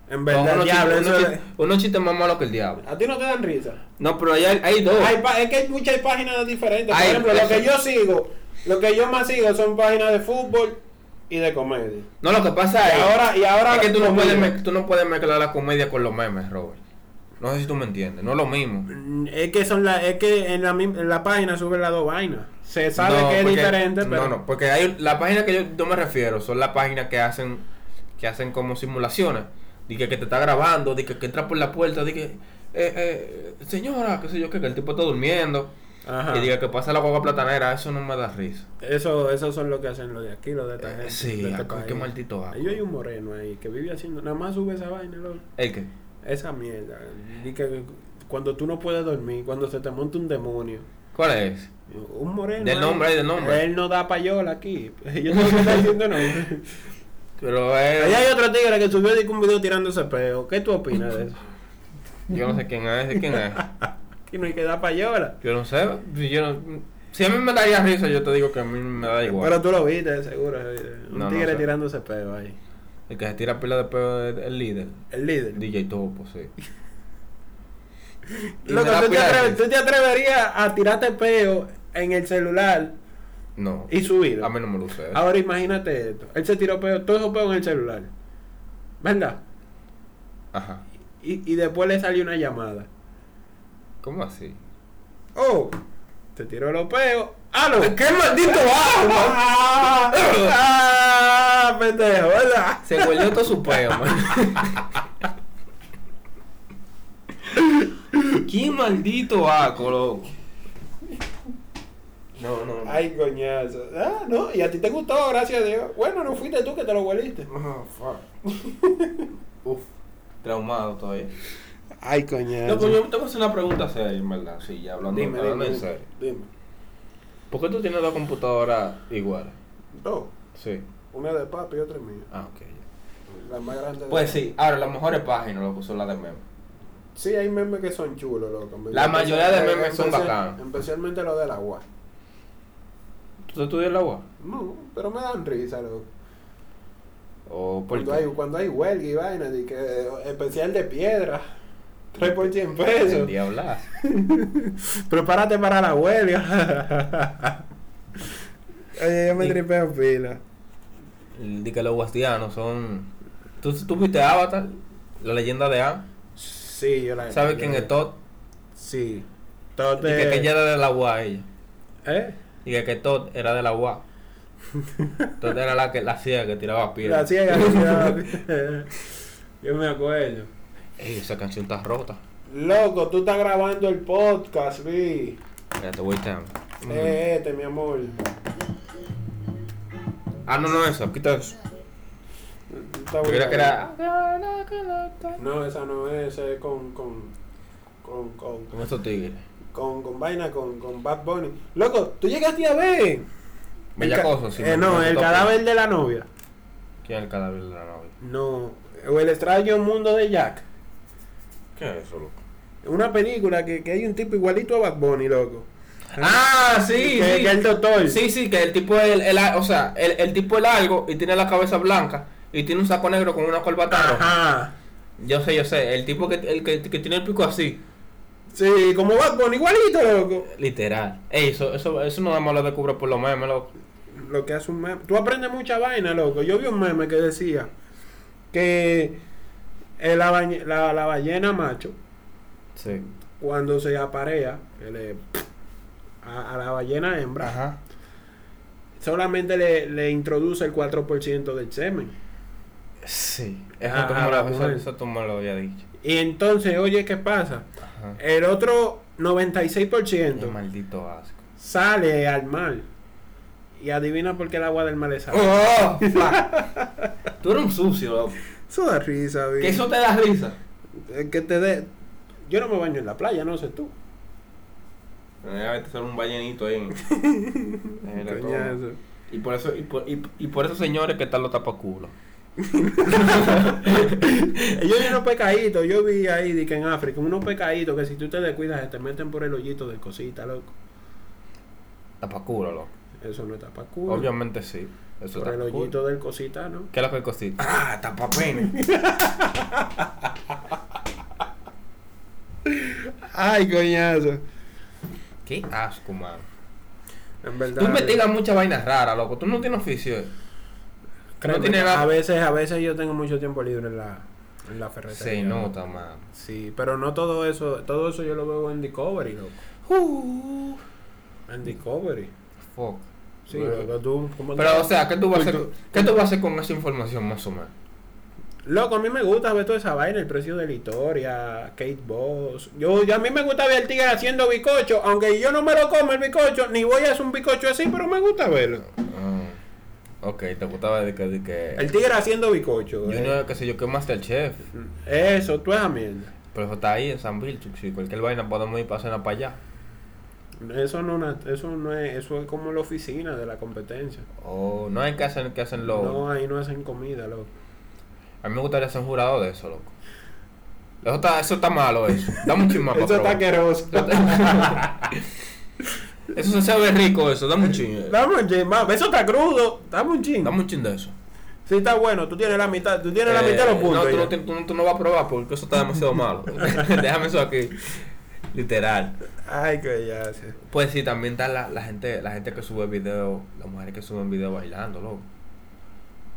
S1: En
S2: Con
S1: verdad,
S2: unos
S1: diablo,
S2: chistes-
S1: eso
S2: unos chistes- unos chistes más malos que el diablo.
S1: es- ¿A ti no te dan risa?
S2: No, pero hay, hay dos.
S1: Hay pa- es que hay muchas páginas diferentes. Por
S2: Ay,
S1: ejemplo, lo
S2: eso-
S1: que yo sigo, lo que yo más sigo son páginas de fútbol y de comedia.
S2: No, lo que pasa
S1: Y
S2: es,
S1: ahora- y ahora
S2: es que tú no,
S1: comedia.
S2: puedes, mez- tú no puedes mezclar la comedia con los memes, Robert. No sé si tú me entiendes, no es lo mismo.
S1: Mm, Es que son la, es que en la, mim- en la página suben las dos vainas. Se sabe
S2: No,
S1: que es
S2: porque-
S1: diferente, pero
S2: No, no, porque hay la página que yo, yo me refiero son las páginas que hacen que hacen como simulaciones. Dije que te está grabando, dije que, que entra por la puerta, dije, eh, eh, señora, qué sé yo, qué, que el tipo está durmiendo.
S1: Ajá.
S2: Y diga que pasa la guagua platanera, eso no me da risa.
S1: eso, esos son los que hacen los de aquí, los de esta
S2: Eh,
S1: gente,
S2: sí,
S1: de este
S2: ah, qué
S1: país.
S2: maldito asco.
S1: Ahí hay un moreno ahí que vive haciendo, nada más sube esa vaina, loco.
S2: ¿El qué?
S1: Esa mierda. Di que cuando tú no puedes dormir, cuando se te monta un demonio.
S2: ¿Cuál es?
S1: Un moreno.
S2: Del
S1: ahí.
S2: nombre, ahí, del nombre.
S1: Él no da payola aquí. <laughs> Yo no te estoy diciendo
S2: <laughs>
S1: nombre.
S2: Pero eh, es...
S1: Allá hay otro tigre que subió di que un video tirándose peo. ¿Qué tú opinas de eso?
S2: Yo no sé quién es, ese quién es.
S1: Aquí no hay que dar payola.
S2: Yo no sé. si Yo no- si a mí me daría risa, yo te digo que a mí me da igual.
S1: Pero tú lo viste, seguro. eh, Un
S2: No, no
S1: tigre
S2: sé.
S1: tirándose peo ahí.
S2: El que se tira pila de pedo es el líder.
S1: El líder.
S2: DJ Topo, sí. Y
S1: Loco,
S2: me da
S1: ¿tú te,
S2: pila de
S1: atreves-
S2: risa.
S1: tú te atreverías a tirarte peo en el celular
S2: No.
S1: y subirlo?
S2: A mí no me lo sé.
S1: Ahora imagínate esto. Él se tiró peo, todo eso peo en el celular. ¿Verdad?
S2: Ajá.
S1: Y, y después le salió una llamada.
S2: ¿Cómo así?
S1: Oh, te tiró los peos. ¡Halo! <laughs>
S2: ¡Qué maldito asco!
S1: ¡Ah! ¡Ah! ¡Pendejo! ¿verdad?
S2: Se huelió todo su peo, <laughs> man. ¡Qué maldito asco, loco! No, no, no.
S1: Ay, coñazo. Ah, no, y a ti te gustó, gracias a Dios. Bueno, no fuiste tú que te lo hueliste.
S2: Oh, fuck. Uf, traumado todavía.
S1: Ay, coñazo.
S2: No, pues yo te voy a hacer una pregunta seria, en verdad, sí, ya hablando,
S1: Dime,
S2: hablando
S1: dime,
S2: en
S1: dime,
S2: serio.
S1: dime.
S2: ¿Por qué tú tienes dos computadoras iguales?
S1: Dos.
S2: Sí.
S1: Una de papi y otra mía.
S2: Ah, ok. ya.
S1: La más grande. de-
S2: Pues sí, ahora las mejores páginas, loco, son las de memes.
S1: Sí, hay memes que son chulos, loco. Eh,
S2: La mayoría de memes son
S1: Especial-
S2: bacanos.
S1: Especialmente los del agua.
S2: ¿Tú estudias en la UA?
S1: No, pero me dan risa, loco.
S2: ¿O por
S1: Cuando
S2: qué?
S1: Pues hay,
S2: <laughs>
S1: cuando hay huelga y vaina, de que eh, especial de piedra. 3 por 100 pesos.
S2: hablar.
S1: Prepárate para la huelga. <laughs> Oye, yo me
S2: Y-
S1: tripeo pila.
S2: Di que los guastianos son. ¿Tú, tú viste Avatar? La leyenda de A.
S1: Sí, yo la
S2: ¿Sabes
S1: yo
S2: quién
S1: la-
S2: es Todd?
S1: Sí. Todo
S2: Di que, que ella era de la UA ella.
S1: ¿Eh?
S2: Di que, que Todd era de la <laughs> UA. Todd era la que la ciega que tiraba piedras.
S1: La ciega. la ciega. <laughs> yo me acuerdo.
S2: Ey, esa canción está rota.
S1: Loco, tú estás grabando el podcast, vi.
S2: Espérate, voy down. Mm.
S1: Eh, este, mi amor.
S2: Ah, no, no, esa. Quita eso.
S1: Tú estás
S2: Yo creía que era.
S1: No, esa no es, esa es con, con, con, con,
S2: Con esos tigres.
S1: con, con vaina, con, con Bad Bunny. Loco, tú llegaste a ver.
S2: Bella
S1: El ca-
S2: cosa, sí.
S1: eh, no, el cadáver de la novia.
S2: ¿Quién es el cadáver de la novia?
S1: No, o el extraño mundo de Jack.
S2: ¿Qué es eso, loco?
S1: Una película que, que hay un tipo igualito a Bad Bunny, loco.
S2: Ah, sí,
S1: que,
S2: sí.
S1: que el doctor.
S2: Sí, sí, que el tipo es el, el- o sea, el, el tipo es largo y tiene la cabeza blanca y tiene un saco negro con una corbata roja.
S1: Ajá.
S2: Yo sé, yo sé, el tipo que, el que, que tiene el pico así,
S1: Sí, como Bad Bunny, igualito, loco.
S2: literal. Ey, eso, eso, eso nada más lo descubre por lo memes, loco.
S1: lo que hace un meme. Tú aprendes mucha vaina, loco. Yo vi un meme que decía que eh, la, bañ- la- la ballena macho,
S2: Sí.
S1: cuando se aparea que le- a, a la ballena hembra,
S2: Ajá.
S1: solamente le, le introduce el 4% del semen.
S2: Sí. Eso,
S1: Ah,
S2: tú,
S1: ah,
S2: me lo,
S1: la
S2: eso,
S1: mujer.
S2: eso tú me lo había dicho.
S1: Y entonces, oye, ¿qué pasa?
S2: Ajá.
S1: El otro
S2: Qué
S1: 96%
S2: maldito asco.
S1: sale al mar. Y adivina por qué el agua del mar es sal.
S2: Oh, fuck. tú eres un sucio, loco.
S1: Eso da risa,
S2: Que
S1: vi.
S2: eso te da risa.
S1: Eh, Que te dé. Yo no me baño en la playa, no sé tú.
S2: Debe ser un ballenito <laughs> ahí. Era todo.
S1: Coñazo. <laughs>
S2: Y por eso, y por, y, y por eso, señores, que están los tapaculos.
S1: Ellos hay unos pecaditos, yo vi ahí di que en África, unos pecaditos que si tú te descuidas se te meten por el hoyito de cosita, loco.
S2: Tapaculo, loco.
S1: Eso no está para culo.
S2: Obviamente sí. Eso
S1: Por el
S2: tapa culo.
S1: hoyito del cosita, ¿no?
S2: ¿Qué es lo que cosita? Ah,
S1: <laughs>
S2: tapapene.
S1: Ay, coñazo.
S2: Qué asco, mano.
S1: En verdad.
S2: Tú investigas muchas vainas raras, loco. Tú no tienes oficio. eh.
S1: Créeme,
S2: no tienes nada.
S1: a veces, a veces yo tengo mucho tiempo libre en la, en la ferretería.
S2: Se
S1: loco.
S2: nota, mano.
S1: Sí, pero no todo eso, todo eso yo lo veo en Discovery, loco.
S2: Uh,
S1: En Discovery.
S2: fuck.
S1: Sí,
S2: Bueno.
S1: loco, tú, ¿cómo
S2: Pero,
S1: te-
S2: o sea, ¿qué tú, vas a hacer,
S1: Uy, tú-
S2: ¿qué tú vas a hacer con esa información, más o menos?
S1: Loco, a mí me gusta ver toda esa vaina, el precio de la historia, Kate Boss. Yo, yo- a mí me gusta ver al tigre haciendo bicocho, aunque yo no me lo como el bicocho, ni voy a hacer un bicocho así, pero me gusta verlo.
S2: Ah, ok, te gustaba de que. de que-
S1: El tigre haciendo bicocho. eh.
S2: Junior, qué sé yo, que Masterchef.
S1: Eso, tú esa mierda.
S2: Pero eso está ahí en San Bill, si cualquier vaina podemos ir para cenar para allá.
S1: Eso no, na- eso no es, eso es como la oficina de la competencia.
S2: O no hay que hacer que hacen los.
S1: No, ahí no hacen comida, loco.
S2: A mí me gustaría ser un jurado de eso, loco. Eso está, eso está malo, eso. Dame
S1: <laughs>
S2: un chisme para
S1: Eso está
S2: probar.
S1: asqueroso.
S2: Eso se sabe rico, eso. Dame un chin.
S1: <laughs> Dame un chin, vamos, eso está crudo. Dame un chin.
S2: Dame un chin de eso.
S1: Si está bueno, tú tienes la mitad, tú tienes la
S2: Eh,
S1: mitad de los puntos.
S2: No, tú
S1: ya.
S2: no, te- tú no- tú no vas a probar porque eso está
S1: <laughs>
S2: demasiado malo. <laughs> Déjame eso aquí. Literal.
S1: Ay, que ya sé.
S2: Pues sí, también está la, la gente la gente que sube video, las mujeres que suben video bailando, loco.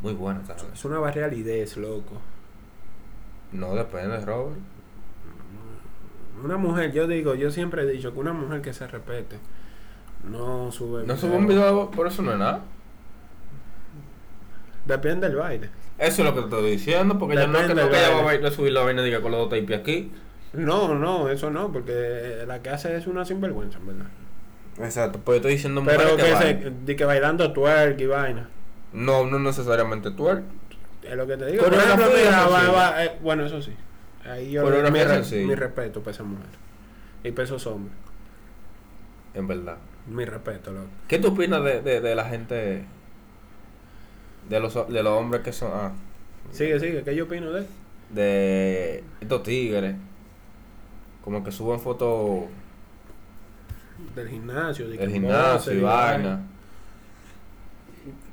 S2: Muy buena también.
S1: Es una barrealidez, loco.
S2: No depende, Robert.
S1: Una mujer, yo digo, yo siempre he dicho que una mujer que se respete no sube.
S2: No sube un video, por eso no es nada.
S1: Depende del baile.
S2: Eso es lo que te estoy diciendo, porque ya no es que
S1: Depende,
S2: no que ella va a
S1: vale.
S2: bailar, subir la vaina diga con los dos tapes aquí.
S1: No, no, eso no, porque la que hace es una sinvergüenza, en verdad.
S2: Exacto, pues yo estoy diciendo mujeres
S1: Pero que, se,
S2: bailen.
S1: de que bailando twerk y vaina.
S2: No, no necesariamente twerk.
S1: Es lo que te digo.
S2: Pero
S1: Por ejemplo,
S2: la fui,
S1: mira,
S2: eso
S1: va-
S2: sí.
S1: va- eh, bueno, eso sí. Ahí yo
S2: Pero
S1: le
S2: la
S1: mi,
S2: fui,
S1: re-
S2: eso sí.
S1: mi respeto para esa mujer. Y para esos hombres.
S2: En verdad.
S1: Mi respeto, loco.
S2: ¿Qué tú opinas de, de, de la gente? De los, de los hombres que son. Ah,
S1: Sigue, sigue, ¿qué yo opino de él?
S2: de estos tigres. Como que suben fotos
S1: Del gimnasio. de
S2: del
S1: que
S2: gimnasio
S1: pose
S2: y vaina.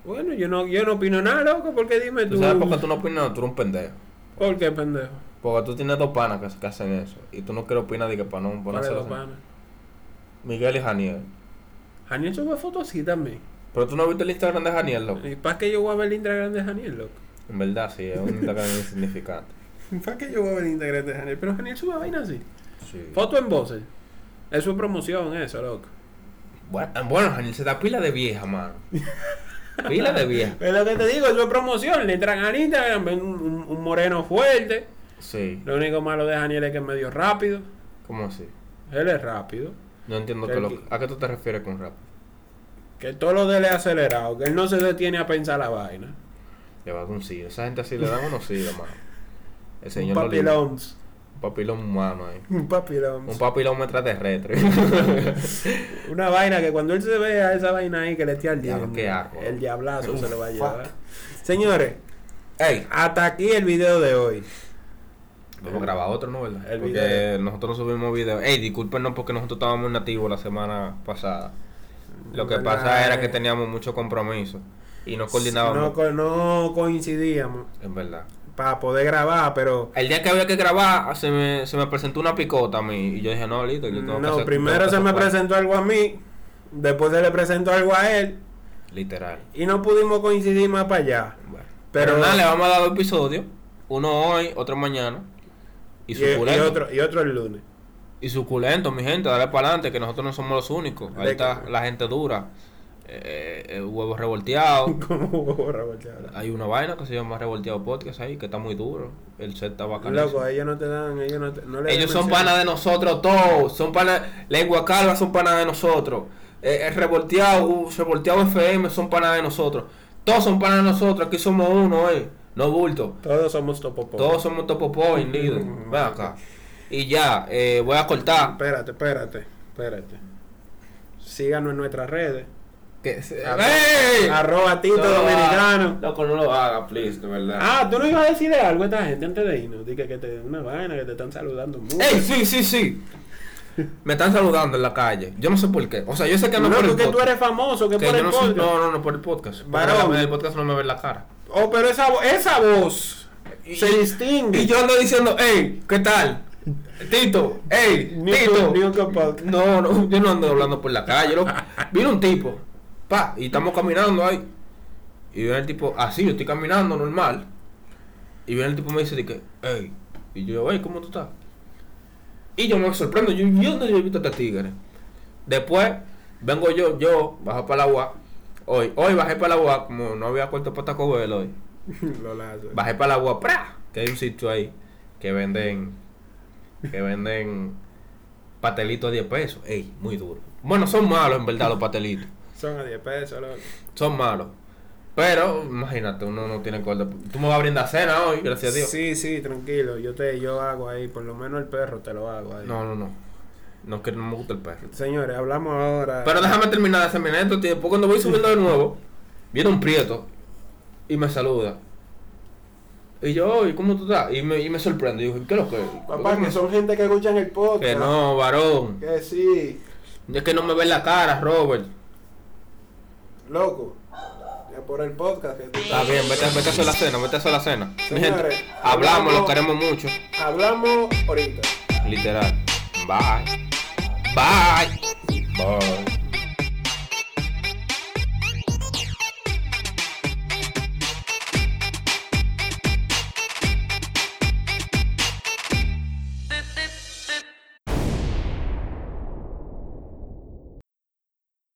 S1: Bueno, yo no, yo no opino nada, loco, porque dime tú.
S2: ¿Tú sabes por qué tú no opinas? Tú eres un pendejo.
S1: ¿Por qué, pendejo?
S2: Porque tú tienes dos panas que, que hacen eso. Y tú no quieres opinar de que para no
S1: ¿Cuál
S2: ponerse
S1: es
S2: los
S1: los panas?
S2: Miguel y Janiel.
S1: Janiel sube fotos así también.
S2: Pero tú no has visto el Instagram de Janiel, loco.
S1: ¿Y para qué yo voy a ver el Instagram de Janiel, loco?
S2: En verdad, sí, es un Instagram <laughs> insignificante.
S1: <laughs> ¿Para qué yo voy a ver el Instagram de Janiel? Pero Janiel sube vaina así.
S2: Sí.
S1: Foto en voces. Eso es promoción, eso, loco.
S2: Bueno, ah, bueno, Janiel se da pila de vieja, mano. Pila de vieja.
S1: Es lo que te digo, eso es promoción. Le entran al Instagram, ven un, un- un moreno fuerte.
S2: Sí.
S1: Lo único malo de Janiel es que es medio rápido.
S2: ¿Cómo así?
S1: Él es rápido.
S2: No entiendo que
S1: Pero
S2: lo,
S1: que-
S2: a qué tú te refieres con rap.
S1: Que todo lo de él es acelerado. Que él no se detiene a pensar la vaina.
S2: Le va a dar un sí. Esa gente así le dan unos sí, mano. El
S1: Un
S2: señor lo libre.
S1: papilón.
S2: Un papilón humano ahí.
S1: Un papilón.
S2: Un papilón extraterrestre.
S1: Una vaina que cuando él se vea esa vaina ahí que le esté al
S2: Diablo, qué asco.
S1: El diablazo se lo va a
S2: Fuck.
S1: llevar. Señores,
S2: <laughs> Ey,
S1: hasta aquí el video de hoy.
S2: vamos a grabar otro, ¿no? ¿Verdad?
S1: El
S2: porque
S1: video.
S2: nosotros no subimos videos. Ey, discúlpenos porque nosotros estábamos nativos la semana pasada. Lo que
S1: Verdad,
S2: pasa era
S1: eh.
S2: que teníamos mucho compromiso y no
S1: No,
S2: coordinábamos.
S1: co- no coincidíamos
S2: En verdad.
S1: para poder grabar, pero
S2: El día que había que grabar, se me, se me presentó una picota a mí. Y yo dije, no, listo. Yo tengo que
S1: no,
S2: hacer- tengo
S1: primero
S2: que
S1: se me
S2: hacer-
S1: presentó algo a mí, después se le presentó algo a él
S2: Literal.
S1: y no pudimos coincidir más para allá.
S2: Bueno.
S1: Pero-
S2: Pero, nada, le vamos a dar dos episodios. Uno hoy, otro mañana. Y
S1: Y, y
S2: suculento. Y,
S1: otro y otro el lunes. <laughs>
S2: suculento, mi gente. Dale para adelante, que nosotros no somos los únicos. Ahí
S1: De-
S2: está la gente dura. Eh, eh, huevos revolteados.
S1: Como huevo revolteado.
S2: <laughs> Hay una vaina que se llama Revolteado Podcast ahí, que está muy duro. El set está bacán.
S1: Loco, ellos no te dan, ellos no, te, no le dan
S2: Ellos son
S1: mención.
S2: panas de nosotros todos. Son panas. Lengua Calva son panas de nosotros. Eh, el revolteado, uh, revolteado FM son panas de nosotros. Todos son panas de nosotros. Aquí somos uno, eh. No bulto.
S1: Todos somos topopo.
S2: Todos somos topopoin, líder. Ven acá. Y ya, eh, voy a cortar.
S1: Espérate, espérate, espérate. Síganos en nuestras redes.
S2: Que se-
S1: Arroba-
S2: ¡Ey!
S1: Arroba Tito
S2: No lo haga.
S1: Dominicano.
S2: Loco, no lo haga, please, de verdad.
S1: Ah, tú no ibas a decirle algo a esta gente antes de irnos. Dije que te una vaina, que te están saludando mucho.
S2: ¡Ey! Sí, sí, sí. Me están saludando en la calle. Yo no sé por qué. O sea, yo sé que no,
S1: no,
S2: por el
S1: tú que tú
S2: podcast.
S1: eres famoso, que,
S2: Que
S1: por
S2: yo
S1: el
S2: no, soy-
S1: podcast.
S2: no, no, no, por el podcast. Porque
S1: Varón.
S2: En el podcast no me ven la cara.
S1: Oh, pero esa, vo- esa voz
S2: Y-
S1: se distingue.
S2: Y yo ando diciendo, hey, ¿qué tal? Tito, hey,
S1: Ni un-
S2: Tito.
S1: ni un capaz.
S2: No, no, yo no ando hablando por la calle. loco. Vino un tipo, pa, y estamos caminando ahí. Y viene el tipo, así, yo estoy caminando normal. Y viene el tipo y me dice, de que, hey. Y yo, hey, ¿cómo tú estás? Y yo me sorprendo, yo, yo no he visto a este tigre. Después, vengo yo, yo, bajo para la UA. Hoy, hoy bajé para la UA, como no había cuarto para Taco Bell hoy
S1: <laughs> Lo lazo.
S2: bajé para la agua, ¡pra! que hay un sitio ahí que venden que venden patelitos a 10 pesos, ey, muy duro. Bueno, son malos en verdad los patelitos,
S1: Son a 10 pesos, loco.
S2: son malos. Pero imagínate, uno no tiene cuerda. Tú me vas a brindar cena hoy, gracias a Dios.
S1: Sí, sí, tranquilo. Yo te yo hago ahí, por lo menos el perro te lo hago ahí.
S2: No, no, no. No que no me gusta el perro.
S1: Señores, hablamos ahora.
S2: Pero déjame terminar de hacerme esto, tío. Después cuando voy subiendo de nuevo, viene un prieto y me saluda. Y yo, "Oye, ¿cómo tú estás? Y me, y me sorprende. Y digo, ¿qué es lo que?
S1: Papá, que son gente que escuchan el podcast.
S2: Que no, varón.
S1: Que sí.
S2: Es que no me ve la cara, Robert.
S1: Loco, es por el podcast que tú
S2: Está bien, vete, vete a hacer la cena, vete a hacer la cena. Mi
S1: Señores,
S2: gente, hablamos,
S1: hablamos.
S2: los queremos mucho.
S1: Hablamos ahorita.
S2: Literal. Bye. Bye. Bye.